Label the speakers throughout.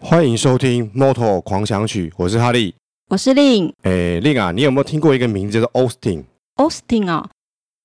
Speaker 1: 欢迎收听《Moto 狂想曲》，我是哈利。
Speaker 2: 我是令
Speaker 1: 诶，令啊，你有没有听过一个名字叫做 Austin？
Speaker 2: Austin 哦，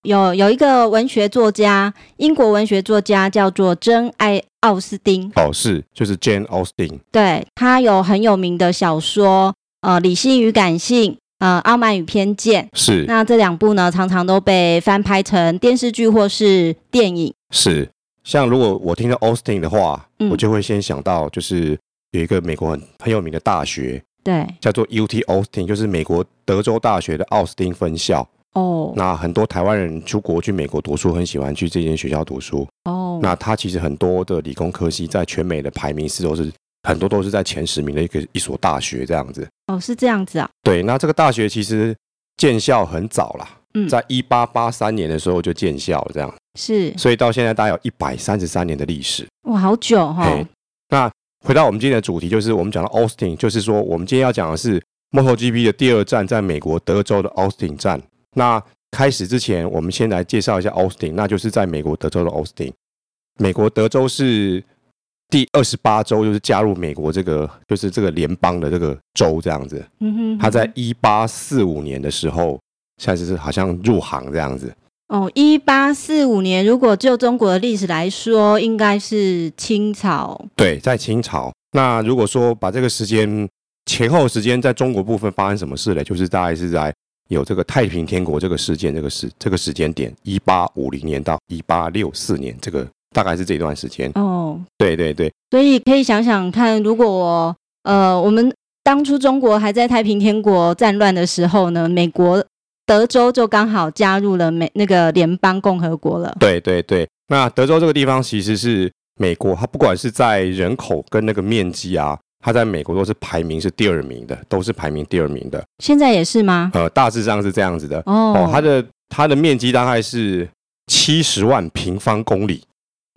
Speaker 2: 有有一个文学作家，英国文学作家叫做珍爱奥斯汀，
Speaker 1: 哦，是，就是 Jane Austen。
Speaker 2: 对他有很有名的小说，呃，《理性与感性》，呃，《傲慢与偏见》。
Speaker 1: 是
Speaker 2: 那这两部呢，常常都被翻拍成电视剧或是电影。
Speaker 1: 是，像如果我听到 Austin 的话，
Speaker 2: 嗯
Speaker 1: 我就会先想到就是有一个美国很很有名的大学
Speaker 2: 对，
Speaker 1: 叫做 UT Austin，就是美国德州大学的奥斯汀分校。
Speaker 2: 哦，
Speaker 1: 那很多台湾人出国去美国读书，很喜欢去这间学校读书。
Speaker 2: 哦，
Speaker 1: 那它其实很多的理工科系在全美的排名是都是很多都是在前十名的一个一所大学这样子。
Speaker 2: 哦，是这样子啊，
Speaker 1: 对，那这个大学其实建校很早啦，
Speaker 2: 嗯，
Speaker 1: 在一八八三年的时候就建校了这样，
Speaker 2: 是，
Speaker 1: 所以到现在大概有一百三十三年的历史。
Speaker 2: 哇，好久哦哈、
Speaker 1: 嘿那回到我们今天的主题，就是我们讲到 Austin，就是说我们今天要讲的是 MotoGP 的第二站，在美国德州的 Austin 站。那开始之前，我们先来介绍一下 Austin，那就是在美国德州的 Austin。美国德州是第二十八州，就是加入美国这个就是这个联邦的这个州这样子。
Speaker 2: 嗯哼，
Speaker 1: 他在一八四五年的时候，算是好像入行这样子。
Speaker 2: 哦，一八四五年，如果就中国的历史来说，应该是清朝。
Speaker 1: 对，在清朝。那如果说把这个时间前后时间在中国部分发生什么事嘞，就是大概是在有这个太平天国这个事件这个时这个时间点，一八五零年到一八六四年这个大概是这段时间。
Speaker 2: 哦，
Speaker 1: 对对对，
Speaker 2: 所以可以想想看，如果我呃，我们当初中国还在太平天国战乱的时候呢，美国德州就刚好加入了美那个联邦共和国了。
Speaker 1: 对对对，那德州这个地方其实是美国，它不管是在人口跟那个面积啊，它在美国都是排名是第二名的，都是排名第二名的。
Speaker 2: 现在也是吗？
Speaker 1: 呃，大致上是这样子的。
Speaker 2: 哦，
Speaker 1: 哦，它的它的面积大概是七十万平方公里，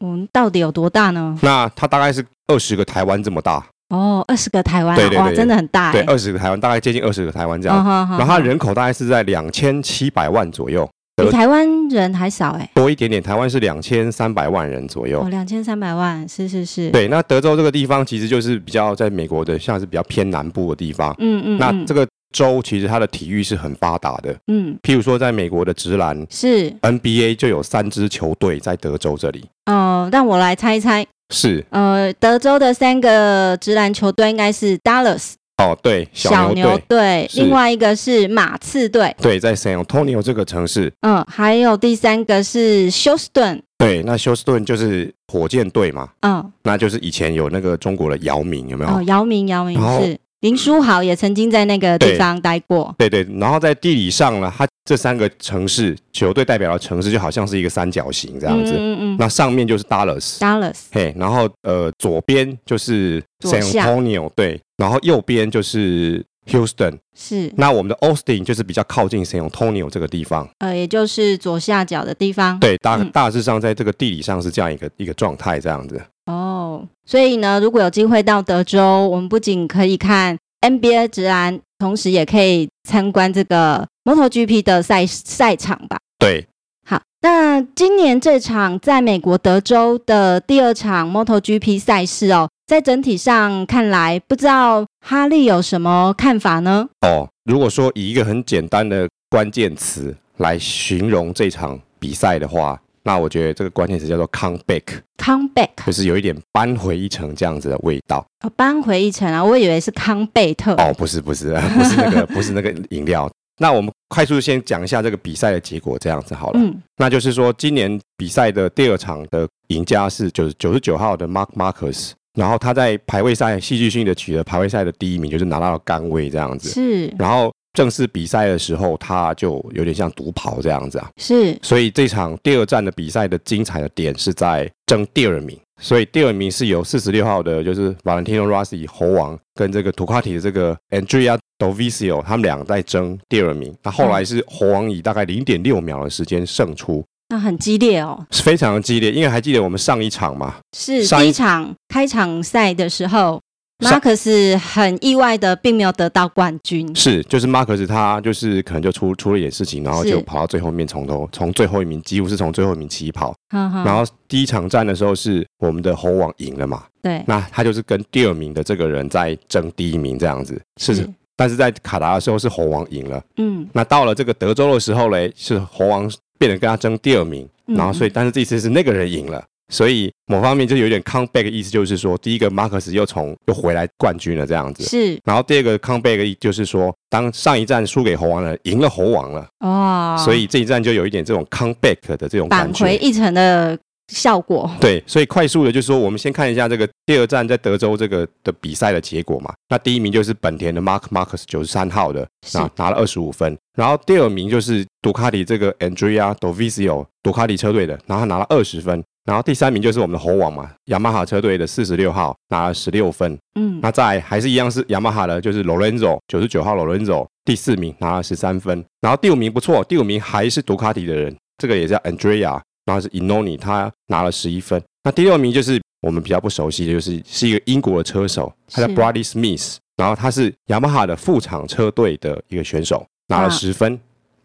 Speaker 2: 嗯，到底有多大呢？
Speaker 1: 那它大概是二十个台湾这么大，
Speaker 2: 哦，二十个台湾啊、
Speaker 1: 对对对
Speaker 2: 哇，
Speaker 1: 对
Speaker 2: 真的很大哎、
Speaker 1: 对，二十个台湾，大概接近二十个台湾这样。
Speaker 2: 哦好好
Speaker 1: 然后它
Speaker 2: 好
Speaker 1: 人口大概是在两千七百万左右，
Speaker 2: 比台湾人还少哎、
Speaker 1: 多一点点，台湾是两千三百万人左右
Speaker 2: 哦，。两千三百万，是是是，，
Speaker 1: 对，那德州这个地方其实就是比较在美国的，像是比较偏南部的地方。
Speaker 2: 嗯嗯，
Speaker 1: 那
Speaker 2: 嗯
Speaker 1: 这个州其实它的体育是很发达的，
Speaker 2: 嗯
Speaker 1: 譬如说在美国的直篮
Speaker 2: 是
Speaker 1: NBA 就有三支球队在德州这里。
Speaker 2: 呃，让我来猜一猜，
Speaker 1: 是
Speaker 2: 呃，德州的三个职篮球队应该是 Dallas
Speaker 1: 哦，对，小牛
Speaker 2: 牛
Speaker 1: 队，
Speaker 2: 队，
Speaker 1: 是
Speaker 2: 另外一个是马刺队，
Speaker 1: 对，在 San Antonio 这个城市，
Speaker 2: 嗯，还有第三个是休斯顿，
Speaker 1: 对，那休斯顿就是火箭队嘛，
Speaker 2: 嗯，
Speaker 1: 那就是以前有那个中国的姚明，有没有？
Speaker 2: 哦，姚明，姚明
Speaker 1: 然后
Speaker 2: 是林书豪也曾经在那个地
Speaker 1: 对
Speaker 2: 方待过，
Speaker 1: 对对，然后在地理上呢，它这三个城市球队代表的城市就好像是一个三角形这
Speaker 2: 这
Speaker 1: 样子，
Speaker 2: 嗯嗯嗯
Speaker 1: 那上面就是 Dallas，
Speaker 2: ，Dallas
Speaker 1: 嘿，然后呃左边就是
Speaker 2: 左
Speaker 1: San
Speaker 2: 下
Speaker 1: Antonio，对，然后右边就是 Houston，
Speaker 2: 是
Speaker 1: 那我们的 Austin 就是比较靠近 San Antonio 这个地方，
Speaker 2: 呃，也就是左下角的地方，
Speaker 1: 对，大、
Speaker 2: 嗯
Speaker 1: 大致上在这个地理上是这样一个一个状态这样子。
Speaker 2: 哦，所以呢，如果有机会到德州，我们不仅可以看 NBA 直篮，同时也可以参观这个 MotoGP 的赛赛场吧。
Speaker 1: 对，
Speaker 2: 好，那今年这场在美国德州的第二场 MotoGP 赛事哦，在整体上看来，不知道哈利有什么看法呢？
Speaker 1: 哦，如果说以一个很简单的关键词来形容这场比赛的话，那我觉得这个关键词叫做 comeback，
Speaker 2: Comeback，
Speaker 1: 就是有一点扳回一城这样子的味道。
Speaker 2: 哦，扳回一城啊！我以为是康贝特。
Speaker 1: 哦，不是不是 不是那个不是那个饮料。那我们快速先讲一下这个比赛的结果，这样子好了。
Speaker 2: 嗯，
Speaker 1: 那就是说，今年比赛的第二场的赢家是九九十九号的 Mark Marcus，然后他在排位赛戏剧性的取得排位赛的第一名，就是拿到了杆位这样子。
Speaker 2: 是
Speaker 1: 然后正式比赛的时候，他就有点像独跑这样子啊。
Speaker 2: 是，
Speaker 1: 所以这场第二站的比赛的精彩的点是在争第二名，所以第二名是由四十六号的，就是 Valentino Rossi 猴王跟这个图卡迪的这个 Andrea Dovizio 他们俩在争第二名。那后来是猴王以大概零点六秒的时间胜出，
Speaker 2: 那很激烈哦。
Speaker 1: 是非常的激烈。因为还记得我们上一场嘛，
Speaker 2: 是
Speaker 1: 上
Speaker 2: 第
Speaker 1: 一
Speaker 2: 一场开场赛的时候，马可斯很意外的，并没有得到冠军。
Speaker 1: 是，就是马克斯他就是可能就出出了一点事情，然后
Speaker 2: 是
Speaker 1: 就跑到最后面，从头从最后一名几乎是从最后一名起跑。
Speaker 2: 哈哈，
Speaker 1: 然后第一场战的时候是我们的猴王赢了嘛，
Speaker 2: 对，
Speaker 1: 那他就是跟第二名的这个人在争第一名这样子。是，
Speaker 2: 是
Speaker 1: 但是在卡达的时候是猴王赢了，
Speaker 2: 嗯，
Speaker 1: 那到了这个德州的时候嘞，是猴王变得跟他争第二名，
Speaker 2: 嗯
Speaker 1: 然后所以但是这一次是那个人赢了。所以某方面就有点 comeback 的意思，就是说，第一个马克思又从又回来冠军了这样子。
Speaker 2: 是
Speaker 1: 然后第二个 comeback 就是说，当上一战输给猴王了，赢了猴王了，
Speaker 2: 哇，
Speaker 1: 所以这一战就有一点这种 comeback 的这种
Speaker 2: 返
Speaker 1: 感
Speaker 2: 哦回
Speaker 1: 觉。
Speaker 2: 一城的效果。
Speaker 1: 对，所以快速的就是说，我们先看一下这个第二站在德州这个的比赛的结果嘛。那第一名就是本田的 Mark Marcus 九十三号的，
Speaker 2: 是
Speaker 1: 那拿了二十五分。然后第二名就是杜卡迪这个 Andrea Dovizio 杜卡迪车队的，然后他拿了二十分。然后第三名就是我们的猴王嘛，雅马哈车队的四十六号拿了十六分。
Speaker 2: 嗯，
Speaker 1: 那再来还是一样是雅马哈的，就是 Lorenzo 九十九号 Lorenzo 第四名拿了十三分，然后第五名不错，第五名还是杜卡迪的人，这个也叫 Andrea，然后是 Inoni，他拿了十一分。那第六名就是我们比较不熟悉的，就是是一个英国的车手，他叫
Speaker 2: 是
Speaker 1: Brady Smith，然后他是雅马哈的副厂车队的一个选手，拿了
Speaker 2: 啊
Speaker 1: 十分。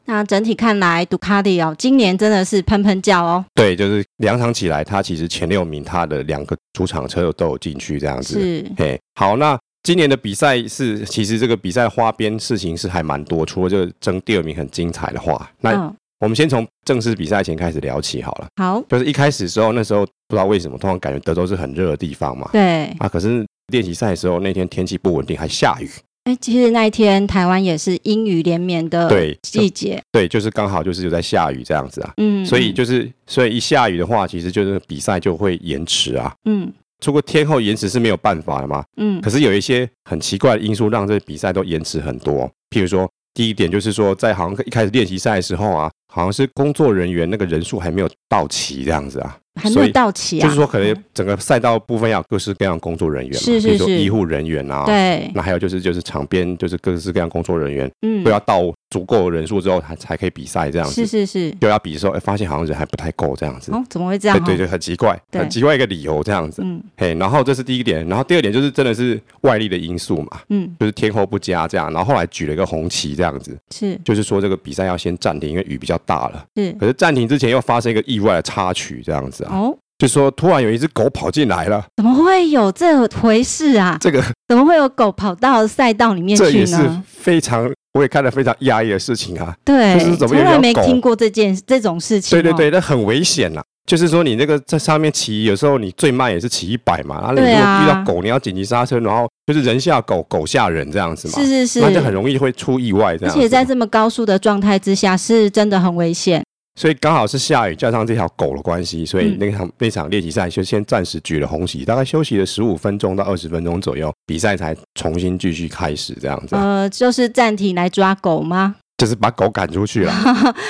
Speaker 2: 那整体看来，杜卡迪哦，今年真的是喷喷叫哦，
Speaker 1: 对，就是两场起来，他其实前六名，他的两个主场车手都有进去这样子。
Speaker 2: 是
Speaker 1: 嘿，好，那今年的比赛是，其实这个比赛花边事情是还蛮多，除了这个争第二名很精彩的话，那
Speaker 2: 嗯，
Speaker 1: 我们先从正式比赛前开始聊起好了。
Speaker 2: 好，
Speaker 1: 就是一开始的时候，那时候不知道为什么，通常感觉德州是很热的地方嘛，
Speaker 2: 对，
Speaker 1: 啊，可是练习赛的时候那天天气不稳定，还下雨，
Speaker 2: 哎，其实那一天台湾也是阴雨连绵的
Speaker 1: 对就
Speaker 2: 季节，
Speaker 1: 对，就是刚好就是有在下雨这样子啊，
Speaker 2: 嗯，
Speaker 1: 所以就是所以一下雨的话，其实就是比赛就会延迟啊。
Speaker 2: 嗯
Speaker 1: 出过天后延迟是没有办法的嘛，
Speaker 2: 嗯
Speaker 1: 可是有一些很奇怪的因素让这比赛都延迟很多。譬如说，第一点就是说，在好像一开始练习赛的时候啊，好像是工作人员那个人数还没有到齐这样子啊，
Speaker 2: 还没
Speaker 1: 所
Speaker 2: 有
Speaker 1: 以
Speaker 2: 到齐啊，
Speaker 1: 就是说可能整个赛道部分要有各式各样的工作人员嘛，
Speaker 2: 是是
Speaker 1: 比如说
Speaker 2: 是
Speaker 1: 医护人员啊，
Speaker 2: 对，
Speaker 1: 那还有就是就是场边就是各式各样工作人员
Speaker 2: 嗯
Speaker 1: 都，要到足够的人数之后才才可以比赛这样
Speaker 2: 是
Speaker 1: 子。
Speaker 2: 是是，
Speaker 1: 又要比的时候，哎，发现好像人还不太够这样子，
Speaker 2: 哦，怎么会这样
Speaker 1: 对
Speaker 2: 哦？
Speaker 1: 对对，很奇怪，
Speaker 2: 对
Speaker 1: 很奇怪一个理由这样子。
Speaker 2: 嗯
Speaker 1: 嘿，然后这是第一点，然后第二点就是真的是外力的因素嘛，
Speaker 2: 嗯
Speaker 1: 就是天候不佳这样，然后后来举了一个红旗这样子，
Speaker 2: 是
Speaker 1: 就是说这个比赛要先暂停，因为雨比较大了。
Speaker 2: 是
Speaker 1: 可是暂停之前又发生一个意外的插曲这样子啊，
Speaker 2: 哦，
Speaker 1: 就说突然有一只狗跑进来了，
Speaker 2: 怎么会有这回事啊？
Speaker 1: 这个
Speaker 2: 怎么会有狗跑到赛道里面
Speaker 1: 这
Speaker 2: 去
Speaker 1: 也是
Speaker 2: 呢？
Speaker 1: 非常我也看了非常压抑的事情啊。
Speaker 2: 对
Speaker 1: 就是，怎么
Speaker 2: 从
Speaker 1: 有
Speaker 2: 来
Speaker 1: 条
Speaker 2: 没
Speaker 1: 狗
Speaker 2: 听过这件这种事情、
Speaker 1: 对
Speaker 2: 哦。
Speaker 1: 对对，那很危险啦。就是说，你那个在上面骑，有时候你最慢也是骑一百嘛，啊，你如
Speaker 2: 对
Speaker 1: 果
Speaker 2: 啊
Speaker 1: 遇到狗，你要紧急刹车，然后就是人吓狗，狗吓人这样子嘛，
Speaker 2: 是是是，
Speaker 1: 那就很容易会出意外这
Speaker 2: 而
Speaker 1: 样子。
Speaker 2: 且在这么高速的状态之下，是真的很危险。
Speaker 1: 所以刚好是下雨加上这条狗的关系，所以
Speaker 2: 嗯
Speaker 1: 那场、那场练习赛就先暂时举了红旗，大概休息了十五分钟到二十分钟左右，比赛才重新继续开始这样子啊，
Speaker 2: 呃，就是暂停来抓狗吗？
Speaker 1: 就是把狗赶出 去了。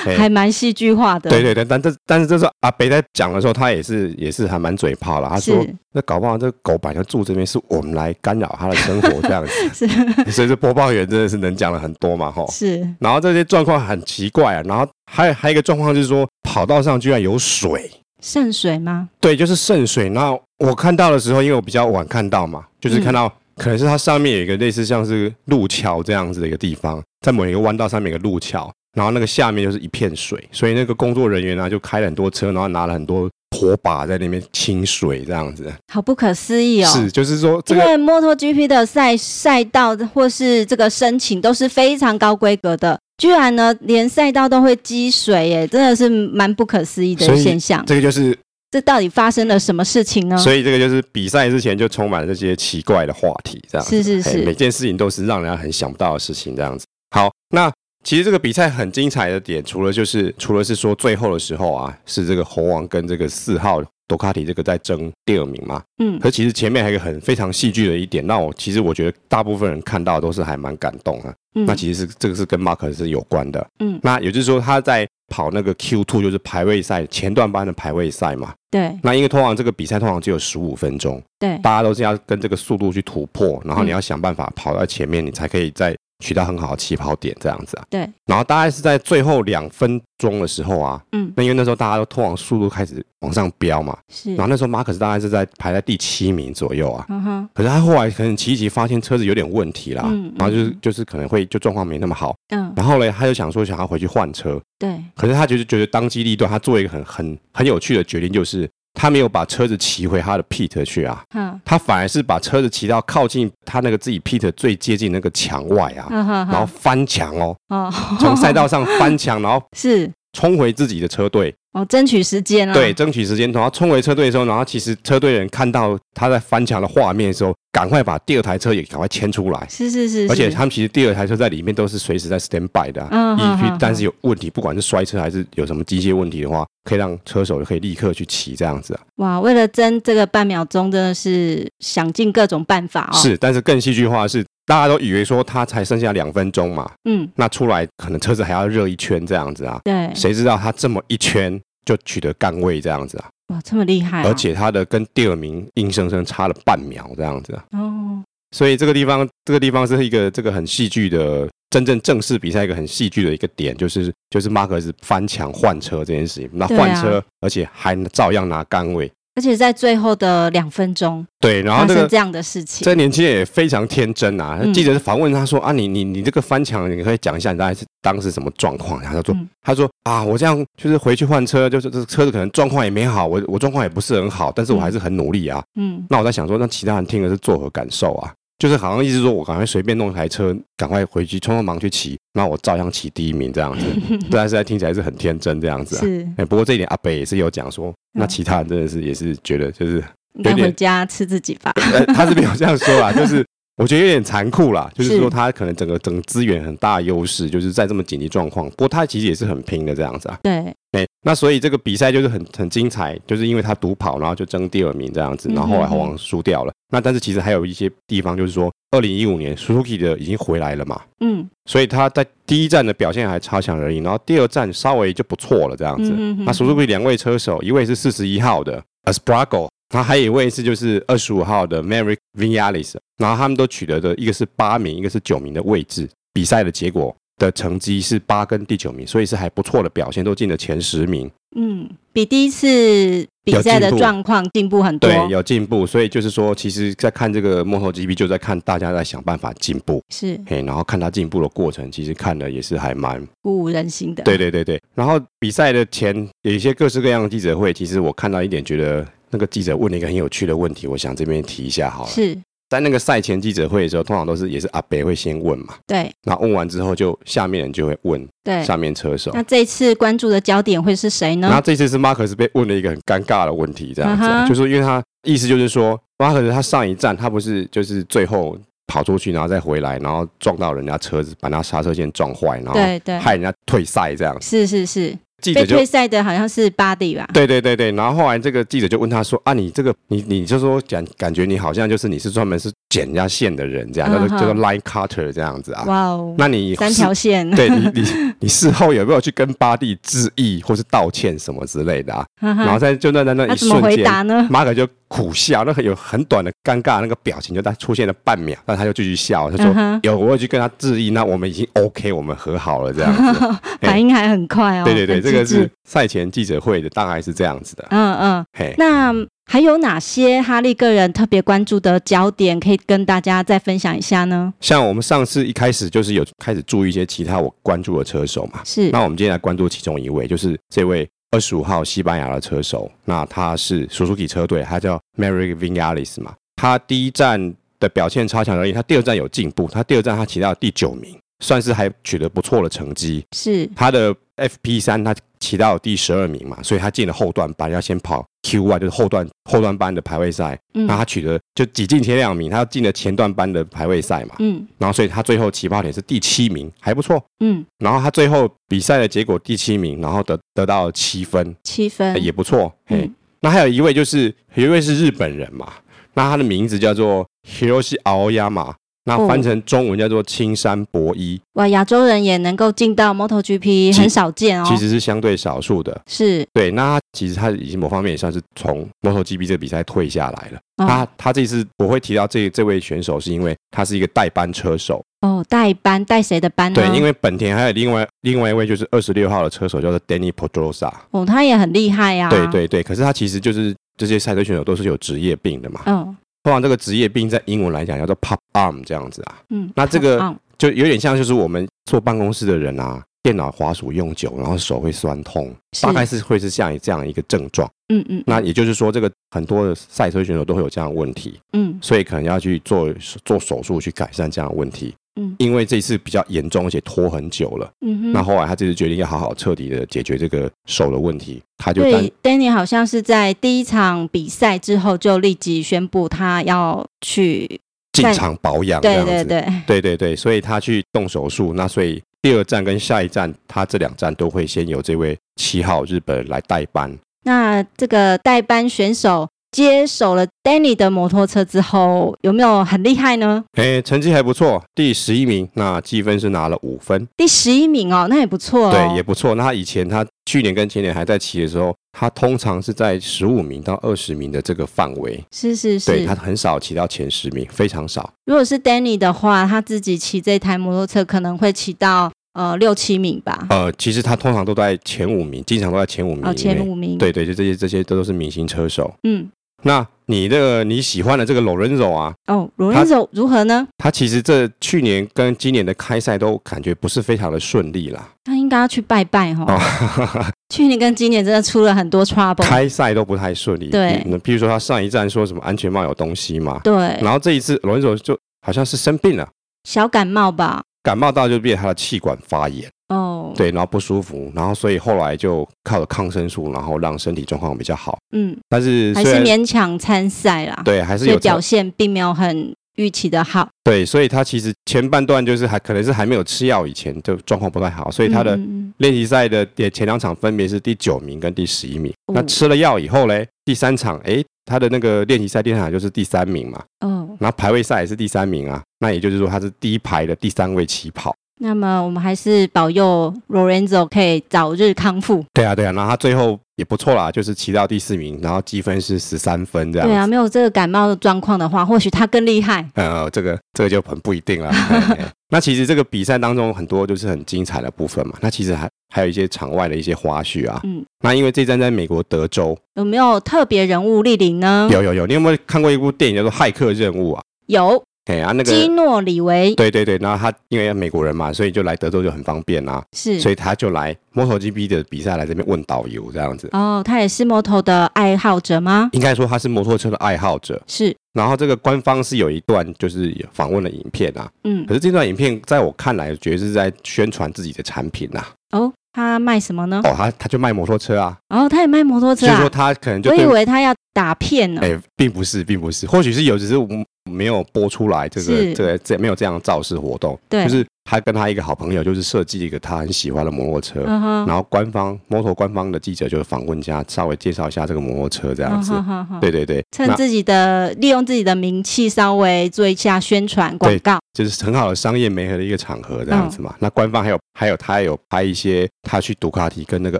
Speaker 1: 嘿
Speaker 2: 还蛮戏剧化的。
Speaker 1: 对对对，但这但是这时候阿北在讲的时候，他也是也是还蛮嘴炮了。他说
Speaker 2: 是：“
Speaker 1: 那搞不好这狗本来就住这边，是我们来干扰他的生活这样子。
Speaker 2: 是”
Speaker 1: 所以这播报员真的是能讲了很多嘛，吼。
Speaker 2: 是，
Speaker 1: 然后这些状况很奇怪啊，然后还有还有一个状况就是说，跑道上居然有水，
Speaker 2: 圣水吗？
Speaker 1: 对，就是渗水。那我看到的时候，因为我比较晚看到嘛，就是看到、可能是它上面有一个类似像是路桥这样子的一个地方，在某一个弯道上面有个路桥，然后那个下面就是一片水，所以那个工作人员啊呢、就开了很多车，然后拿了很多火把在那边清水这样子。
Speaker 2: 好不可思议哦！
Speaker 1: 是，就是说这
Speaker 2: 因
Speaker 1: 个
Speaker 2: 为 MotoGP 的赛赛道或是这个申请都是非常高规格的，居然呢连赛道都会积水，耶，真的是蛮不可思议
Speaker 1: 所
Speaker 2: 的
Speaker 1: 以
Speaker 2: 现象。
Speaker 1: 这个就是，
Speaker 2: 这到底发生了什么事情呢？
Speaker 1: 所以这个就是比赛之前就充满了这些奇怪的话题，这样子
Speaker 2: 是是
Speaker 1: 嘿每
Speaker 2: 是，
Speaker 1: 件事情都是让人家很想不到的事情，这样子。好，那其实这个比赛很精彩的点，除了就是除了是说最后的时候啊，是这个猴王跟这个四号杜卡迪这个在争第二名嘛。
Speaker 2: 嗯，
Speaker 1: 可其实前面还有一个很非常戏剧的一点，让我其实我觉得大部分人看到都是还蛮感动啊。
Speaker 2: 嗯
Speaker 1: 那其实是这个是跟马克是有关的。
Speaker 2: 嗯，
Speaker 1: 那也就是说他在跑那个 Q two 就是排位赛前段班的排位赛嘛。
Speaker 2: 对
Speaker 1: 那因为通常这个比赛通常只有十五分钟。
Speaker 2: 对，
Speaker 1: 大家都是要跟这个速度去突破，然后
Speaker 2: 嗯
Speaker 1: 你要想办法跑到前面，你才可以在取到很好的起跑点这样子啊。
Speaker 2: 对，
Speaker 1: 然后大概是在最后两分钟的时候啊，
Speaker 2: 嗯，
Speaker 1: 那因为那时候大家都通往速度开始往上飙嘛，
Speaker 2: 是
Speaker 1: 然，后那时候马可斯大概是在排在第七名左右啊。
Speaker 2: 嗯哼，
Speaker 1: 可是他后来可能骑一骑发现车子有点问题啦，
Speaker 2: 嗯
Speaker 1: 然后就是
Speaker 2: 嗯
Speaker 1: 就是可能会就状况没那么好，
Speaker 2: 嗯，
Speaker 1: 然后嘞他就想说想要回去换车，
Speaker 2: 对，
Speaker 1: 可是他就是觉得当机立断，他做一个很很很有趣的决定，就是他没有把车子骑回他的 pit 去啊，
Speaker 2: 嗯，
Speaker 1: 他反而是把车子骑到靠近他那个自己 pit 最接近那个墙外啊，
Speaker 2: 嗯哼，
Speaker 1: 然后翻墙哦，
Speaker 2: 哦，
Speaker 1: 从赛道上翻 墙，然后
Speaker 2: 是
Speaker 1: 冲回自己的车队，
Speaker 2: 哦，争取时间啊，
Speaker 1: 对，，争取时间，然后冲回车队的时候，然后其实车队人看到他在翻墙的画面的时候，赶快把第二台车也赶快牵出来。
Speaker 2: 是是是，
Speaker 1: 而且
Speaker 2: 是
Speaker 1: 他们其实第二台车在里面都是随时在 stand by 的、啊，
Speaker 2: 嗯
Speaker 1: 一、
Speaker 2: 嗯嗯
Speaker 1: 但是有问题，不管是摔车还是有什么机械问题的话，可以让车手可以立刻去骑这样子、啊。
Speaker 2: 哇，为了争这个半秒钟，真的是想尽各种办法哦，，
Speaker 1: 是，但是更戏剧化的是，大家都以为说他才剩下两分钟嘛，
Speaker 2: 嗯，
Speaker 1: 那出来可能车子还要热一圈这样子啊，
Speaker 2: 对，
Speaker 1: 谁知道他这么一圈就取得杆位这样子啊，
Speaker 2: 哇，这么厉害啊，
Speaker 1: 而且他的跟第二名硬生生差了半秒这样子啊。
Speaker 2: 哦，
Speaker 1: 所以这个地方，这个地方是一个这个很戏剧的，真正正式比赛一个很戏剧的一个点，就是就是马克斯翻墙换车这件事情。那
Speaker 2: 对啊
Speaker 1: 换车，而且还照样拿杆位，
Speaker 2: 而且在最后的两分钟
Speaker 1: 对。然后
Speaker 2: 发
Speaker 1: 这
Speaker 2: 生
Speaker 1: 个
Speaker 2: 这样的事情，
Speaker 1: 这年轻人也非常天真啊，
Speaker 2: 嗯
Speaker 1: 记者访问他说啊，你你你这个翻墙，你可以讲一下你大概是当时什么状况？然后他说、
Speaker 2: 嗯
Speaker 1: 他说啊，我这样就是回去换车，就是这车子可能状况也没好，我我状况也不是很好，但是我还是很努力啊。
Speaker 2: 嗯，
Speaker 1: 那我在想说，那其他人听了是作何感受啊？就是好像意思说我赶快随便弄台车，赶快回去匆匆忙去骑，那我照样骑第一名这 样子。但是在听起来是很天真这样子、啊。
Speaker 2: 是
Speaker 1: 哎、不过这一点阿北也是有讲说，那
Speaker 2: 嗯
Speaker 1: 其他人真的是也是觉得就是，
Speaker 2: 应该
Speaker 1: 有点
Speaker 2: 回家吃自己吧，
Speaker 1: 呃、他是没有这样说啦，就是我觉得有点残酷啦，就是
Speaker 2: 是
Speaker 1: 说他可能整个整个资源很大优势，就是在这么紧急状况，不过他其实也是很拼的这样子啊。
Speaker 2: 对，
Speaker 1: 哎、那所以这个比赛就是很很精彩，就是因为他独跑，然后就争第二名这样子，然后后来
Speaker 2: 嗯哼哼
Speaker 1: 猴王输掉了。那但是其实还有一些地方，就是说二零一五年 Suzuki 的已经回来了嘛，
Speaker 2: 嗯
Speaker 1: 所以他在第一站的表现还差强人意，然后第二站稍微就不错了这样子。
Speaker 2: 嗯嗯
Speaker 1: 那 Suzuki 两位车手，一位是四十一号的 Asprago，那还有一位是就是二十五号的 Mary Vinales，然后他们都取得的一个是八名，一个是九名的位置。比赛的结果的成绩是八跟第九名，所以是还不错的表现，都进了前十名。
Speaker 2: 嗯，比第一次比赛
Speaker 1: 有进
Speaker 2: 的
Speaker 1: 步
Speaker 2: 状况进步很多，
Speaker 1: 对，有进步，所以就是说，其实，在看这个 MotoGP，就在看大家在想办法进步，
Speaker 2: 是
Speaker 1: 嘿，然后看他进步的过程，其实看的也是还蛮，
Speaker 2: 鼓舞人心的，
Speaker 1: 对，对对对。然后比赛的前有一些各式各样的记者会，其实我看到一点，觉得那个记者问了一个很有趣的问题，我想这边提一下好了。
Speaker 2: 是，
Speaker 1: 在那个赛前记者会的时候，通常都是也是阿北会先问嘛，
Speaker 2: 对
Speaker 1: 那问完之后就下面人就会问
Speaker 2: 对。
Speaker 1: 下面车手。
Speaker 2: 那这一次关注的焦点会是谁
Speaker 1: 然后
Speaker 2: 呢？
Speaker 1: 这次是马克思被问了一个很尴尬的问题，这样子啊、
Speaker 2: 嗯哼
Speaker 1: 就是因为他意思就是说，马克思他上一站他不是就是最后跑出去，然后再回来，然后撞到人家车子，把那刹车线撞坏，然后
Speaker 2: 对对，
Speaker 1: 害人家退赛这样子。
Speaker 2: 是是是，
Speaker 1: 记者
Speaker 2: 被
Speaker 1: 就哎
Speaker 2: 退赛的好像是巴蒂吧？
Speaker 1: 对对对对，然后后来这个记者就问他说啊，你这个你你就说感感觉你好像就是你是专门是剪人家线的人这样，叫做
Speaker 2: 嗯哼
Speaker 1: 叫做 line cutter 这样子啊。
Speaker 2: 哇哦，
Speaker 1: 那你
Speaker 2: 三
Speaker 1: 事
Speaker 2: 条线，
Speaker 1: 对你你你事后有没有去跟巴蒂致意或是道歉什么之类的啊？
Speaker 2: 哈哈
Speaker 1: 然后在就在那那
Speaker 2: 那
Speaker 1: 一
Speaker 2: 怎么
Speaker 1: 瞬
Speaker 2: 回
Speaker 1: 间，嗯
Speaker 2: 答呢？
Speaker 1: 马可就苦笑，那个有很短的尴尬那个表情，就他出现了半秒，但他就继续笑，他说：“
Speaker 2: 嗯哼
Speaker 1: 有，我有去跟他致意，那我们已经 OK，我们和好了这样 子。哎
Speaker 2: 反应还很快哦。
Speaker 1: 对对对，
Speaker 2: 哦很
Speaker 1: 这个
Speaker 2: 机智
Speaker 1: 是赛前记者会的，大概是这样子的。
Speaker 2: 嗯嗯。
Speaker 1: 嘿，
Speaker 2: 那还有哪些哈利个人特别关注的焦点可以跟大家再分享一下呢？
Speaker 1: 像我们上次一开始就是有开始注意一些其他我关注的车手嘛，
Speaker 2: 是
Speaker 1: 那我们今天来关注其中一位，就是这位二十五号西班牙的车手，那他是 Suzuki 车队，他叫 Mary Vinales 嘛。他第一站的表现差强人意，他第二站有进步，他第二站他骑到第九名，算是还取得不错的成绩。
Speaker 2: 是
Speaker 1: 他的 FP 三他骑到第十二名嘛，所以他进了后段班，要先跑 Q1 就是后段后段班的排位赛，
Speaker 2: 嗯
Speaker 1: 那他取得就挤进前两名，他进了前段班的排位赛嘛，
Speaker 2: 嗯
Speaker 1: 然后所以他最后起跑点是第七名，还不错。
Speaker 2: 嗯
Speaker 1: 然后他最后比赛的结果第七名，然后得得到七分，
Speaker 2: 七
Speaker 1: 呃
Speaker 2: 分
Speaker 1: 也不错。嘿，
Speaker 2: 嗯
Speaker 1: 那还有一位就是有一位是日本人嘛，那他的名字叫做 Hiroshi Aoyama，那翻成中文叫做青山博一，
Speaker 2: 哇，亚洲人也能够进到 MotoGP
Speaker 1: 其
Speaker 2: 很少见哦，
Speaker 1: 其实是相对少数的。
Speaker 2: 是
Speaker 1: 对，那他其实他已经某方面也算是从 MotoGP 这个比赛退下来了。
Speaker 2: 哦
Speaker 1: 他他这次我会提到这这位选手，是因为他是一个代班车手。
Speaker 2: 哦带班带谁的班呢？
Speaker 1: 对，因为本田还有另外另外一位就是二十六号的车手叫做 Danny Pedrosa。
Speaker 2: 哦他也很厉害呀、啊，
Speaker 1: 对，对对，可是他其实就是这些赛车选手都是有职业病的嘛。
Speaker 2: 嗯
Speaker 1: 通常这个职业病在英文来讲叫做 pop arm 这样子啊，
Speaker 2: 嗯，
Speaker 1: 那这个
Speaker 2: 好棒
Speaker 1: 就有点像就是我们坐办公室的人啊，电脑滑鼠用久，然后手会酸痛，
Speaker 2: 是
Speaker 1: 大概是会是像这样一个症状。
Speaker 2: 嗯嗯，
Speaker 1: 那也就是说，这个很多的赛车选手都会有这样的问题，
Speaker 2: 嗯
Speaker 1: 所以可能要去做做手术去改善这样的问题。
Speaker 2: 嗯
Speaker 1: 因为这次比较严重，而且拖很久了。
Speaker 2: 嗯哼，
Speaker 1: 那后来他这次决定要好好彻底的解决这个手的问题，他就单
Speaker 2: 对，Danny 好像是在第一场比赛之后就立即宣布他要去，
Speaker 1: 进场保养这
Speaker 2: 对
Speaker 1: 样
Speaker 2: 对
Speaker 1: 子。
Speaker 2: 对，
Speaker 1: 对对对，所以他去动手术，那所以第二站跟下一站，他这两站都会先由这位七号日本人来代班。
Speaker 2: 那这个代班选手接手了 Danny 的摩托车之后，有没有很厉害呢？
Speaker 1: 哎，成绩还不错，第十一名，那积分是拿了五分，
Speaker 2: 第十一名哦，那也不错哦。
Speaker 1: 对，也不错。那他以前他去年跟前年还在骑的时候，他通常是在十五名到二十名的这个范围，
Speaker 2: 是是
Speaker 1: 对
Speaker 2: 是
Speaker 1: 他。很少骑到前十名，非常少。
Speaker 2: 如果是 Danny 的话，他自己骑这台摩托车可能会骑到呃六七名吧，
Speaker 1: 呃，其实他通常都在前五名，经常都在前五名以内。
Speaker 2: 哦前五名。，
Speaker 1: 对对，就这些这些都都是明星车手。
Speaker 2: 嗯，
Speaker 1: 那你的、你喜欢的这个 Lorenzo 啊，
Speaker 2: 哦
Speaker 1: 他
Speaker 2: ，Lorenzo 如何呢？
Speaker 1: 他其实这去年跟今年的开赛都感觉不是非常的顺利啦，
Speaker 2: 他应该要去拜拜哈、
Speaker 1: 哦，哈哈
Speaker 2: 去年跟今年真的出了很多 trouble。
Speaker 1: 开赛都不太顺利。
Speaker 2: 对
Speaker 1: 嗯，比如说他上一站说什么安全帽有东西嘛，
Speaker 2: 对，
Speaker 1: 然后这一次罗恩佐就好像是生病了，
Speaker 2: 小感冒吧。
Speaker 1: 感冒到就变他的气管发炎，
Speaker 2: 哦，，
Speaker 1: 对，然后不舒服，然后所以后来就靠着抗生素，然后让身体状况比较好。
Speaker 2: 嗯，
Speaker 1: 但是
Speaker 2: 还
Speaker 1: 虽
Speaker 2: 是
Speaker 1: 然
Speaker 2: 勉强参赛啦。
Speaker 1: 对还是
Speaker 2: 所以
Speaker 1: 有
Speaker 2: 表现并没有很预期的好。
Speaker 1: 对，所以他其实前半段就是还可能是还没有吃药以前就状况不太好，所以他的
Speaker 2: 嗯嗯
Speaker 1: 练习赛的也前两场分别是第九名跟第十一名。
Speaker 2: 哦
Speaker 1: 那吃了药以后嘞，第三场诶，他的那个练习赛第三场就是第三名嘛，
Speaker 2: 嗯哦，
Speaker 1: 然后排位赛也是第三名啊。那也就是说他是第一排的第三位起跑。
Speaker 2: 那么我们还是保佑 Lorenzo 可以早日康复。
Speaker 1: 对啊，对啊。然后他最后也不错啦，就是骑到第四名，然后积分是十三分这样
Speaker 2: 对
Speaker 1: 子。
Speaker 2: 啊，没有这个感冒的状况的话，或许他更厉害。
Speaker 1: 呃，这个这个就很不一 定了。嘿嘿那其实这个比赛当中很多就是很精彩的部分嘛。那其实还还有一些场外的一些花絮啊。
Speaker 2: 嗯，
Speaker 1: 那因为这站在美国德州，
Speaker 2: 有没有特别人物莅临呢？
Speaker 1: 有有有，你有没有看过一部电影叫做《骇客任务》啊？
Speaker 2: 有
Speaker 1: 哎啊，那个
Speaker 2: 基诺里维
Speaker 1: 对对对，然后他因为美国人嘛，所以就来德州就很方便啊，所
Speaker 2: 是
Speaker 1: 以他就来 MotoGP 的比赛来这边问导游这样子。
Speaker 2: 哦，他也是摩托的爱好者吗？
Speaker 1: 应该说他是摩托车的爱好者，
Speaker 2: 是，
Speaker 1: 然后这个官方是有一段就是访问的影片啊，
Speaker 2: 嗯
Speaker 1: 可是这段影片在我看来，觉得是在宣传自己的产品啊。
Speaker 2: 哦，他卖什么呢？
Speaker 1: 哦，他他就卖摩托车啊，
Speaker 2: 哦，他也卖嗯摩托车
Speaker 1: 所以说
Speaker 2: 啊。
Speaker 1: 他可能就
Speaker 2: 我以
Speaker 1: 对，
Speaker 2: 为他要打骗呢。
Speaker 1: 哎、并不是，并不是，或许是有，只是我们没有播出来这个
Speaker 2: 是
Speaker 1: 这个这没有这样的造势活动，
Speaker 2: 对
Speaker 1: 就是他跟他一个好朋友就是设计一个他很喜欢的摩托车，
Speaker 2: 嗯哼，
Speaker 1: 然后官方 Moto 官方的记者就访问一下，稍微介绍一下这个摩托车这样
Speaker 2: 嗯
Speaker 1: 子。
Speaker 2: 哼哼哼
Speaker 1: 对对对，
Speaker 2: 趁自己的利用自己的名气稍微做一下宣传广告，
Speaker 1: 就是很好的商业媒合的一个场合这样子
Speaker 2: 嗯
Speaker 1: 嘛。那官方还有还有他有拍一些他去杜卡迪跟那个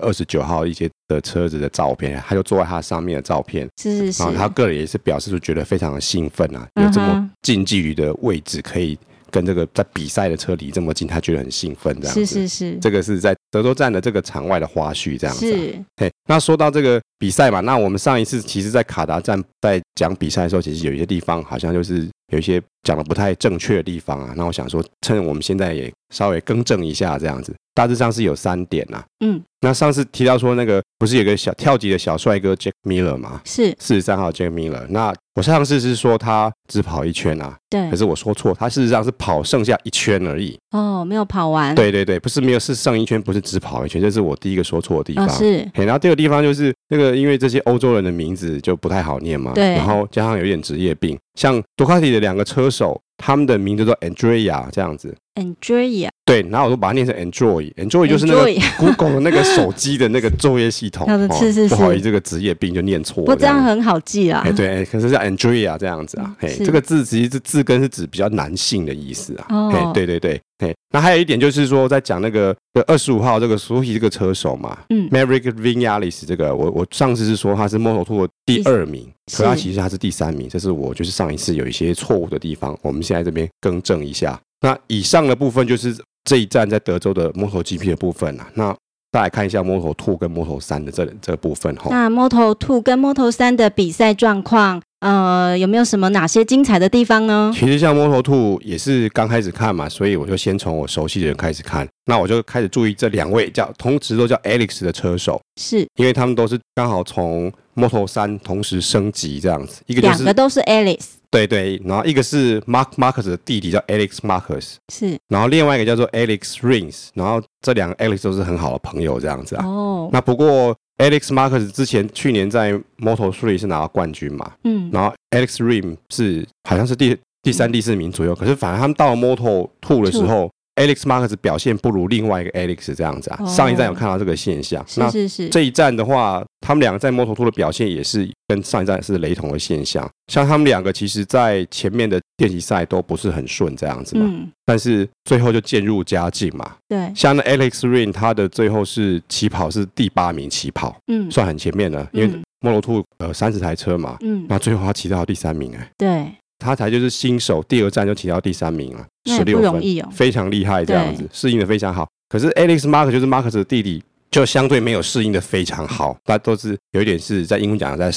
Speaker 1: 二十九号一些的车子的照片，他就坐在他上面的照片。
Speaker 2: 是是是
Speaker 1: 然，后他个人也是表示出觉得非常的兴奋啊，
Speaker 2: 嗯哼
Speaker 1: 有这么近距离的位置可以跟这个在比赛的车离这么近，他觉得很兴奋这样子。
Speaker 2: 是是是
Speaker 1: 这个是在德州站的这个场外的花絮这样子啊、
Speaker 2: 是，
Speaker 1: 嘿，那说到这个比赛嘛，那我们上一次其实，在卡达站在讲比赛的时候，其实有一些地方好像就是有一些讲的不太正确的地方啊。那我想说，趁我们现在也稍微更正一下，这样子，大致上是有三点啊。
Speaker 2: 嗯，
Speaker 1: 那上次提到说，那个不是有个小跳级的小帅哥 Jack Miller 吗？
Speaker 2: 是
Speaker 1: 四十三号 Jack Miller，那我上次是说他只跑一圈啊，
Speaker 2: 对
Speaker 1: 可是我说错，他事实上是跑剩下一圈而已。
Speaker 2: 哦，没有跑完，
Speaker 1: 对对对，不是没有，是剩一圈，不是只跑一圈，这是我第一个说错的地
Speaker 2: 啊、
Speaker 1: 方。
Speaker 2: 是
Speaker 1: 嘿，然后第二个地方就是那个，因为这些欧洲人的名字就不太好念嘛，
Speaker 2: 对
Speaker 1: 然后加上有一点职业病，像杜卡迪的两个车手他们的名字叫 Andrea 这样子。
Speaker 2: Andrea，
Speaker 1: 对，然后我都把它念成 Android，Android 就是那个
Speaker 2: Android
Speaker 1: Google 的那个手机的那个作业 系统。哦
Speaker 2: 好的是是
Speaker 1: 不好
Speaker 2: 是
Speaker 1: 意思，这个职业病就念错
Speaker 2: 不
Speaker 1: 了。
Speaker 2: 过这样很好记啦
Speaker 1: 哎、。对，哎可是叫 Andrea 这样子啊，哎、
Speaker 2: 嗯是
Speaker 1: 这个字其实是字根是指比较男性的意思啊，哎、
Speaker 2: 哦
Speaker 1: 对对对，哎、那还有一点就是说，在讲那个二十五号这个 Suzuki 这个车手嘛
Speaker 2: 嗯，
Speaker 1: ，Maverick Vinales 这个，我我上次是说他是 Moto2 的第二名，
Speaker 2: 是
Speaker 1: 可他其实他是第三名，这是我就是上一次有一些错误的地方，我们现在这边更正一下。那以上的部分就是这一站在德州的 MotoGP 的部分啊，那大家来看一下 Moto2 跟 Moto3 的这这部分哈。
Speaker 2: 那 Moto Two 跟 Moto 三的比赛状况，呃，有没有什么哪些精彩的地方呢？
Speaker 1: 其实像 Moto Two 也是刚开始看嘛，所以我就先从我熟悉的人开始看。那我就开始注意这两位叫同时都叫 Alex 的车手，
Speaker 2: 是
Speaker 1: 因为他们都是刚好从 Moto 三同时升级这样子，一个就
Speaker 2: 两
Speaker 1: 是
Speaker 2: 个都是 Alice，
Speaker 1: 对对，然后一个是 Mark Marcus 的弟弟叫 Alex Marcus，
Speaker 2: 是
Speaker 1: 然后另外一个叫做 Alex Rins，然后这两个 Alex 都是很好的朋友这样子啊。
Speaker 2: 哦，
Speaker 1: 那不过 Alex Marcus 之前去年在 Moto Three 是拿到冠军嘛，
Speaker 2: 嗯，
Speaker 1: 然后 Alex Rim 是好像是第第三、第四名左右，可是反正他们到了 Moto Two 的时候，Alex Marcus 表现不如另外一个 Alex 这样子啊。
Speaker 2: 哦
Speaker 1: 上一站有看到这个现象，
Speaker 2: 是是是
Speaker 1: 那，这一站的话，他们两个在 Moto Two 的表现也是跟上一站是雷同的现象。像他们两个其实在前面的练习赛都不是很顺这样子嘛，
Speaker 2: 嗯，
Speaker 1: 但是最后就渐入佳境嘛。
Speaker 2: 对，
Speaker 1: 像那 Alex Rim 他的最后是起跑是第八名起跑，
Speaker 2: 嗯
Speaker 1: 算很前面了，因为
Speaker 2: 嗯
Speaker 1: Moto Two 呃三十台车嘛，
Speaker 2: 嗯，
Speaker 1: 那最后他骑到第三名、哎，
Speaker 2: 对，
Speaker 1: 他才就是新手，第二站就骑到第三名了，
Speaker 2: 那
Speaker 1: 十
Speaker 2: 也
Speaker 1: 六
Speaker 2: 不容
Speaker 1: 分，
Speaker 2: 易哦。
Speaker 1: 非常厉害，这样子适应的非常好。可是 Alex Mark 就是 Marcus 的弟弟，就相对没有适应的非常好，他都是有一点是在英文讲在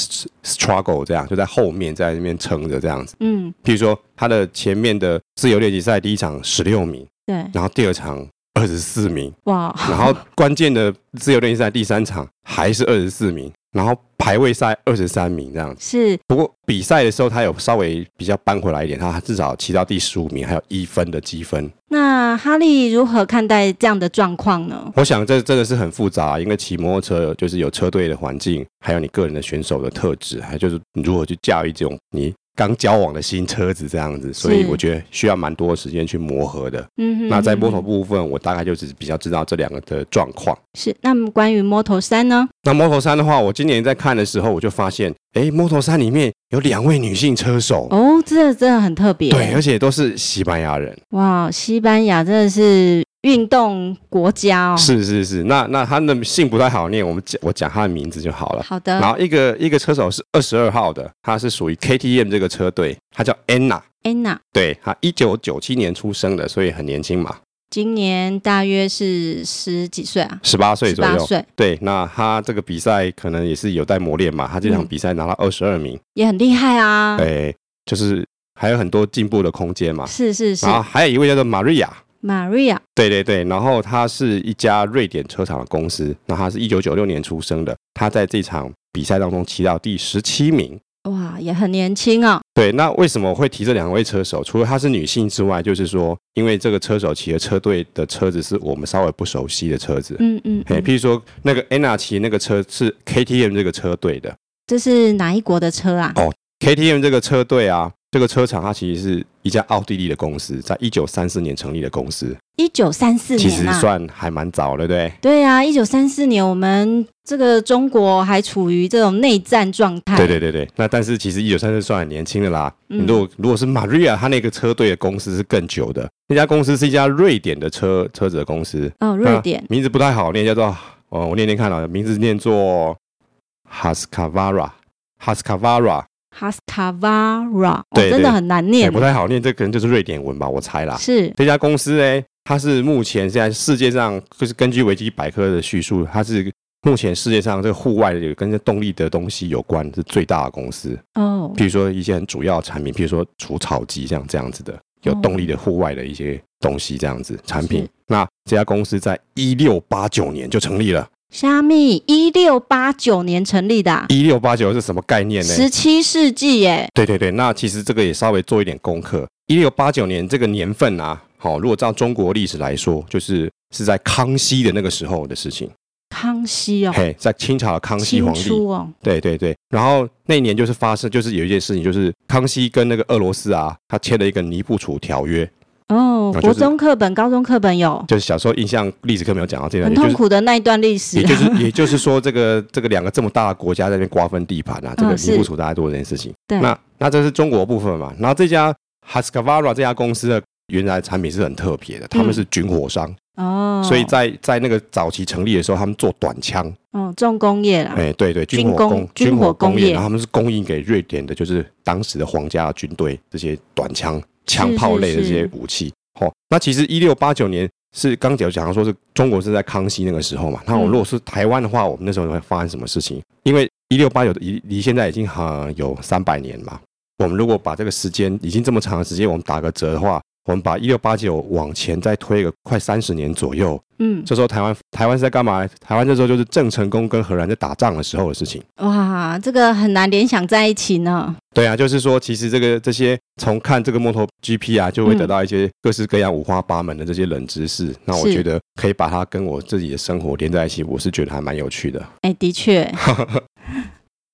Speaker 1: struggle 这样，就在后面在那边撑着这样子。
Speaker 2: 嗯，
Speaker 1: 譬如说他的前面的自由练习赛第一场十六名，
Speaker 2: 对，
Speaker 1: 然后第二场二十四名，
Speaker 2: 哇，
Speaker 1: 然后关键的自由练习赛第三场还是二十四名，然后排位赛二十三名这样子。
Speaker 2: 是
Speaker 1: 不过比赛的时候，他有稍微比较扳回来一点，他至少骑到第十五名，还有一分的积分。
Speaker 2: 那哈利如何看待这样的状况呢？
Speaker 1: 我想这真的是很复杂，啊因为骑摩托车就是有车队的环境，还有你个人的选手的特质，还有就是你如何去驾驭这种你刚交往的新车子这样子，所以我觉得需要蛮多的时间去磨合的。
Speaker 2: 嗯哼，
Speaker 1: 那在
Speaker 2: 嗯
Speaker 1: 摩托
Speaker 2: 哼
Speaker 1: 部分，我大概就只比较知道这两个的状况。
Speaker 2: 是，那么关于 Moto 三呢？
Speaker 1: 那摩托三的话，我今年在看的时候，我就发现，诶，摩托三里面有两位女性车手，
Speaker 2: 哦，这真的很特别。
Speaker 1: 对，而且都是西班牙人。
Speaker 2: 哇，西班牙真的是运动国家哦。，
Speaker 1: 是是是，那那他的姓不太好念，我们讲我讲他的名字就好了。
Speaker 2: 好
Speaker 1: 然
Speaker 2: 的
Speaker 1: 后一个一个车手是二十二号的，他是属于 KTM 这个车队，他叫 Anna，
Speaker 2: ，Anna，
Speaker 1: 对他一九九七年出生的，所以很年轻嘛，
Speaker 2: 今年大约是十几岁啊，
Speaker 1: 十八岁
Speaker 2: 十
Speaker 1: 左
Speaker 2: 八
Speaker 1: 右。
Speaker 2: 岁，
Speaker 1: 对，那他这个比赛可能也是有待磨练嘛，他这场
Speaker 2: 嗯
Speaker 1: 比赛拿到二十二名，
Speaker 2: 也很厉害啊。
Speaker 1: 对，就是还有很多进步的空间嘛。
Speaker 2: 是是是
Speaker 1: 然后还有一位叫做 Maria，
Speaker 2: ，Maria，
Speaker 1: 对对对，然后他是一家瑞典车厂的公司，那他是一九九六年出生的，他在这场比赛当中骑到第十七名。
Speaker 2: 哇，也很年轻哦。
Speaker 1: 对，那为什么会提这两位车手？除了她是女性之外，就是说，因为这个车手骑的车队的车子是我们稍微不熟悉的车子。
Speaker 2: 嗯嗯，
Speaker 1: 嘿，
Speaker 2: 嗯
Speaker 1: 譬如说那个 Anna 骑那个车是 KTM 这个车队的
Speaker 2: 这是哪一国的车啊？
Speaker 1: 哦，KTM 这个车队啊，这个车厂它其实是一家奥地利的公司，在一九三四年成立的公司，
Speaker 2: 一九三四
Speaker 1: 其实
Speaker 2: 年啊。
Speaker 1: 算还蛮早了，对不对？
Speaker 2: 对啊，一九三四年，我们这个中国还处于这种内战状态。
Speaker 1: 对对对对，那但是其实一九三四算很年轻的啦。
Speaker 2: 哎嗯
Speaker 1: 如果如果是 Maria，她那个车队的公司是更久的，那家公司是一家瑞典的车车子的公司，
Speaker 2: 哦，瑞典
Speaker 1: 那啊名字不太好念，叫做哦，我念念看啊，名字念作 Haskavara。Haskavara，
Speaker 2: Haskavara，哦
Speaker 1: 对对
Speaker 2: 真的很难
Speaker 1: 也
Speaker 2: 念
Speaker 1: 不。太好念，这可能就是瑞典文吧，我猜啦。
Speaker 2: 是
Speaker 1: 这家公司呢，它是目前现在世界上，就是根据维基百科的叙述，它是目前世界上这个户外的有跟这动力的东西有关是最大的公司。
Speaker 2: 哦
Speaker 1: 比，如说一些很主要的产品，比如说除草机像这样子的，有动力的户外的一些东西这样子产品
Speaker 2: 哦是。
Speaker 1: 那这家公司在一六八九年就成立了，
Speaker 2: 虾米一六八九年成立的啊、
Speaker 1: 一六八九是什么概念呢？
Speaker 2: 十七世纪耶，
Speaker 1: 对对对，那其实这个也稍微做一点功课。一六八九年这个年份啊，好、如果照中国历史来说，就是是在康熙的那个时候的事情。
Speaker 2: 康熙哦，
Speaker 1: 嘿，在清朝的康熙
Speaker 2: 清
Speaker 1: 皇帝，
Speaker 2: 初哦，
Speaker 1: 对对对。然后那一年就是发生，就是有一件事情，就是康熙跟那个俄罗斯啊，他签了一个尼布楚条约，
Speaker 2: 哦，
Speaker 1: 啊就
Speaker 2: 国
Speaker 1: 是
Speaker 2: 中课本、高中课本有
Speaker 1: 就是小时候印象历史课没有讲到这段，也
Speaker 2: 很
Speaker 1: 就
Speaker 2: 痛
Speaker 1: 是
Speaker 2: 苦的那一段历史啊
Speaker 1: 也，就是也就是说，这个这个两个这么大的国家在那边瓜分地盘啊，这个
Speaker 2: 嗯是
Speaker 1: 尼布楚大家做这件事情。
Speaker 2: 对，
Speaker 1: 那那这是中国部分嘛？然后这家 Husqvarna 这家公司的原来产品是很特别的，他
Speaker 2: 嗯
Speaker 1: 们是军火商，
Speaker 2: 哦，
Speaker 1: 所以在在那个早期成立的时候，他们做短枪，
Speaker 2: 哦重工业啦，
Speaker 1: 哎、对对，
Speaker 2: 军
Speaker 1: 军火
Speaker 2: 工
Speaker 1: 工
Speaker 2: 军火工
Speaker 1: 工业，
Speaker 2: 业
Speaker 1: 然后他们是供应给瑞典的，就是当时的皇家的军队这些短枪、枪炮类的这些
Speaker 2: 是
Speaker 1: 武器。哦，那其实一六八九年是刚姐有讲到说是中国是在康熙那个时候嘛，那我
Speaker 2: 嗯
Speaker 1: 如果是台湾的话，我们那时候会发生什么事情？因为一六八九离离现在已经呃有三百年嘛，我们如果把这个时间已经这么长的时间，我们打个折的话。我们把一六八九往前再推个快三十年左右，
Speaker 2: 嗯，
Speaker 1: 这时候台湾台湾是在干嘛？台湾这时候就是郑成功跟荷兰在打仗的时候的事情。
Speaker 2: 哇，这个很难联想在一起呢，
Speaker 1: 对啊，就是说，其实这个这些从看这个 MotoGP 啊，就会得到一些各式各样五花八门的这些冷知识。那我
Speaker 2: 是
Speaker 1: 觉得可以把它跟我自己的生活连在一起，我是觉得还蛮有趣的。
Speaker 2: 哎，的确，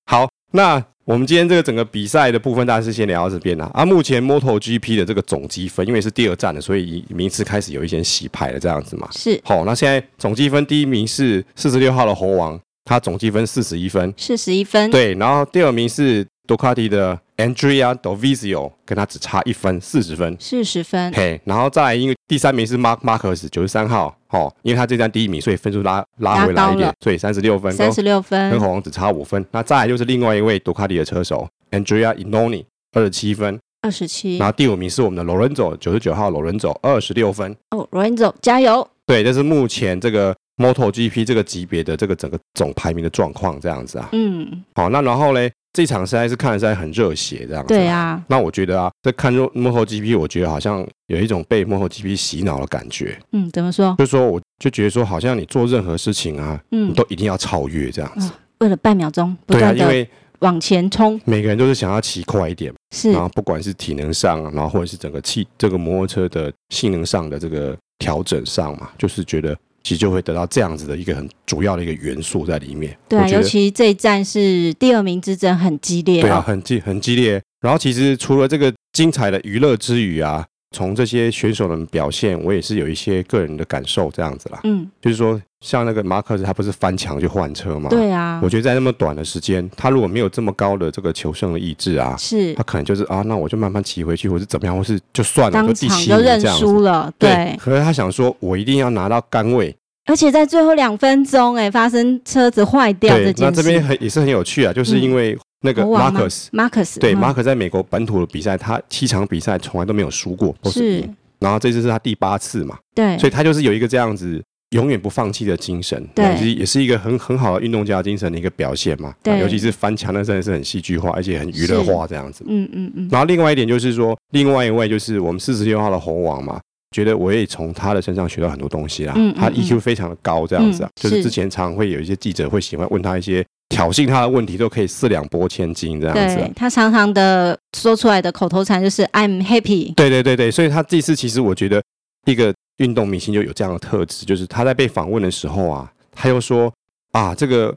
Speaker 1: 好，那我们今天这个整个比赛的部分，大家是先聊到这边啦、啊。目前 MotoGP 的这个总积分，因为是第二站的，所以名次开始有一些洗牌了，这样子嘛。
Speaker 2: 是
Speaker 1: 好，那现在总积分第一名是四十六号的猴王，他总积分四十一分。
Speaker 2: 四十一分，
Speaker 1: 对，然后第二名是杜卡迪的 Andrea Dovizio，跟他只差一分，四十分。
Speaker 2: 四十分，
Speaker 1: 嘿，然后再来，因为第三名是 Mark Marcus 九十三号，哦，因为他这站第一名，所以分数拉拉回来一
Speaker 2: 拉高
Speaker 1: 点
Speaker 2: 了，
Speaker 1: 所以三十六分，
Speaker 2: 三十六
Speaker 1: 跟
Speaker 2: 分
Speaker 1: 跟，红王只差五分。那再来就是另外一位杜卡迪的车手 Andrea Inoni 二十七分，
Speaker 2: 二十七
Speaker 1: 然，后第五名是我们的 Lorenzo 九十九号 Lorenzo 二十六分。
Speaker 2: 哦，Lorenzo 加油，
Speaker 1: 对，这是目前这个 MotoGP 这个级别的这个整个总排名的状况这样子啊。
Speaker 2: 嗯，
Speaker 1: 好，那然后嘞，这场实在是看得实在很热血这样子。
Speaker 2: 对。啊，
Speaker 1: 那我觉得啊，在看若 MotoGP，我觉得好像有一种被 MotoGP 洗脑的感觉，
Speaker 2: 嗯，怎么说？
Speaker 1: 就是说，我就觉得说，好像你做任何事情啊，你
Speaker 2: 嗯，
Speaker 1: 都一定要超越这样子。
Speaker 2: 为了半秒钟不
Speaker 1: 对啊，
Speaker 2: 断
Speaker 1: 因
Speaker 2: 的
Speaker 1: 为
Speaker 2: 往前冲，
Speaker 1: 每个人都是想要骑快一点，
Speaker 2: 是
Speaker 1: 然后不管是体能上，啊然后或者是整个汽这个摩托车的性能上的这个调整上嘛，就是觉得其实就会得到这样子的一个很主要的一个元素在里面。
Speaker 2: 对
Speaker 1: 我
Speaker 2: 啊，
Speaker 1: 觉
Speaker 2: 尤
Speaker 1: 得
Speaker 2: 其这一战是第二名之争，很激烈
Speaker 1: 对啊，
Speaker 2: 哦。
Speaker 1: 很激很激烈。然后其实除了这个精彩的娱乐之余啊，从这些选手们表现，我也是有一些个人的感受这样子啦。
Speaker 2: 嗯，
Speaker 1: 就是说，像那个马克斯，他不是翻墙就换车吗？、
Speaker 2: 对啊
Speaker 1: 我，觉得在那么短的时间，他如果没有这么高的这个求胜的意志啊，
Speaker 2: 是
Speaker 1: 他可能就是啊，那我就慢慢骑回去，或是怎么样，或是就算了，
Speaker 2: 当
Speaker 1: 就第
Speaker 2: 场
Speaker 1: 七
Speaker 2: 就
Speaker 1: 名
Speaker 2: 认
Speaker 1: 这样
Speaker 2: 输
Speaker 1: 子。
Speaker 2: 了。
Speaker 1: 对，
Speaker 2: 对，
Speaker 1: 可是他想说，我一定要拿到杆位，
Speaker 2: 而且在最后两分钟，哎，发生车子坏掉
Speaker 1: 对，
Speaker 2: 这
Speaker 1: 那
Speaker 2: 件
Speaker 1: 这边
Speaker 2: 事。嗯
Speaker 1: 很也是很有趣啊，就是因为那个
Speaker 2: 国王吗
Speaker 1: Marcus，
Speaker 2: Marcus
Speaker 1: 对，
Speaker 2: 嗯
Speaker 1: 马可在美国本土的比赛，他七场比赛从来都没有输过，都是赢
Speaker 2: 是。，
Speaker 1: 然后这次是他第八次嘛，
Speaker 2: 对，
Speaker 1: 所以他就是有一个这样子永远不放弃的精神，
Speaker 2: 对
Speaker 1: 那其实也是一个很很好的运动家精神的一个表现嘛。
Speaker 2: 对
Speaker 1: 那尤其是翻墙，那真的是很戏剧化，而且很娱乐化这样子。
Speaker 2: 嗯嗯嗯，
Speaker 1: 然后另外一点就是说，另外一位就是我们四十六号的猴王嘛，觉得我也从他的身上学到很多东西啦。
Speaker 2: 嗯嗯
Speaker 1: 他 EQ 非常的高，这样子啊，
Speaker 2: 嗯
Speaker 1: 就是
Speaker 2: 是
Speaker 1: 之前常会有一些记者会喜欢问他一些挑衅他的问题，都可以四两拨千斤这样子啊、
Speaker 2: 对他常常的说出来的口头禅就是 I'm happy。
Speaker 1: 对对对对，所以他这次其实我觉得一个运动明星就有这样的特质，就是他在被访问的时候啊，他又说啊，这个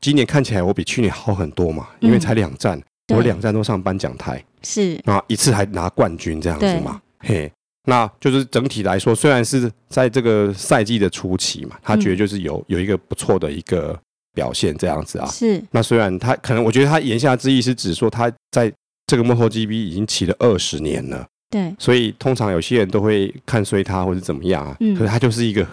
Speaker 1: 今年看起来我比去年好很多嘛，因为
Speaker 2: 嗯
Speaker 1: 才两站，我
Speaker 2: 对
Speaker 1: 两站都上颁奖台，
Speaker 2: 是
Speaker 1: 然后一次还拿冠军这样子嘛，嘿。那就是整体来说，虽然是在这个赛季的初期嘛，他
Speaker 2: 嗯
Speaker 1: 觉得就是有、有一个不错的一个表现这样子啊。
Speaker 2: 是，
Speaker 1: 那虽然他可能，我觉得他言下之意是指说他在这个 MotoGP 已经骑了二十年了，
Speaker 2: 对，
Speaker 1: 所以通常有些人都会看衰他或者怎么样啊，
Speaker 2: 嗯
Speaker 1: 可是他就是一个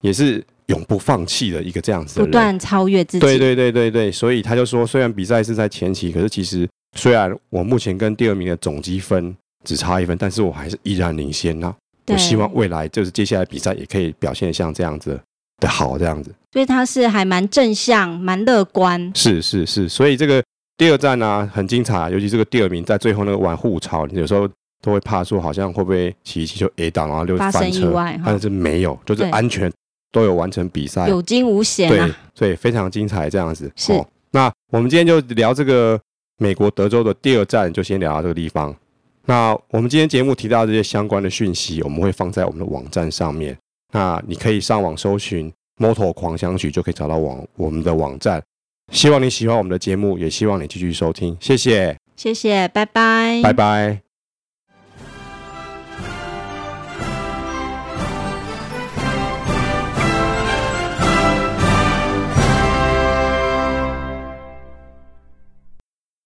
Speaker 1: 也是永不放弃的一个这样子
Speaker 2: 不
Speaker 1: 的人。
Speaker 2: 断超越自己。
Speaker 1: 对对对对对，所以他就说，虽然比赛是在前期，可是其实虽然我目前跟第二名的总积分只差一分，但是我还是依然领先啊。
Speaker 2: 对
Speaker 1: 我希望未来就是接下来比赛也可以表现得像这样子的好，这样子
Speaker 2: 所以他是还蛮正向、蛮乐观。
Speaker 1: 是是是，所以这个第二站啊很精彩啊、尤其这个第二名在最后那个玩互超，有时候都会怕说好像会不会骑一骑就 A 档，然后就
Speaker 2: 发生
Speaker 1: 翻
Speaker 2: 意
Speaker 1: 车，
Speaker 2: 外哈
Speaker 1: 但，是没有，就是
Speaker 2: 对
Speaker 1: 安全都有完成比赛，
Speaker 2: 有惊无险
Speaker 1: 对
Speaker 2: 啊。，
Speaker 1: 所以非常精彩这样子。哦
Speaker 2: 是
Speaker 1: 那我们今天就聊这个美国德州的第二站，就先聊到这个地方。那我们今天节目提到的这些相关的讯息，我们会放在我们的网站上面。那你可以上网搜寻 Moto 狂想曲”就可以找到网我们的网站。
Speaker 2: 哎
Speaker 1: 希望你喜欢我们的节目，也希望你继续收听，谢谢，
Speaker 2: 谢谢，拜拜，
Speaker 1: 拜拜。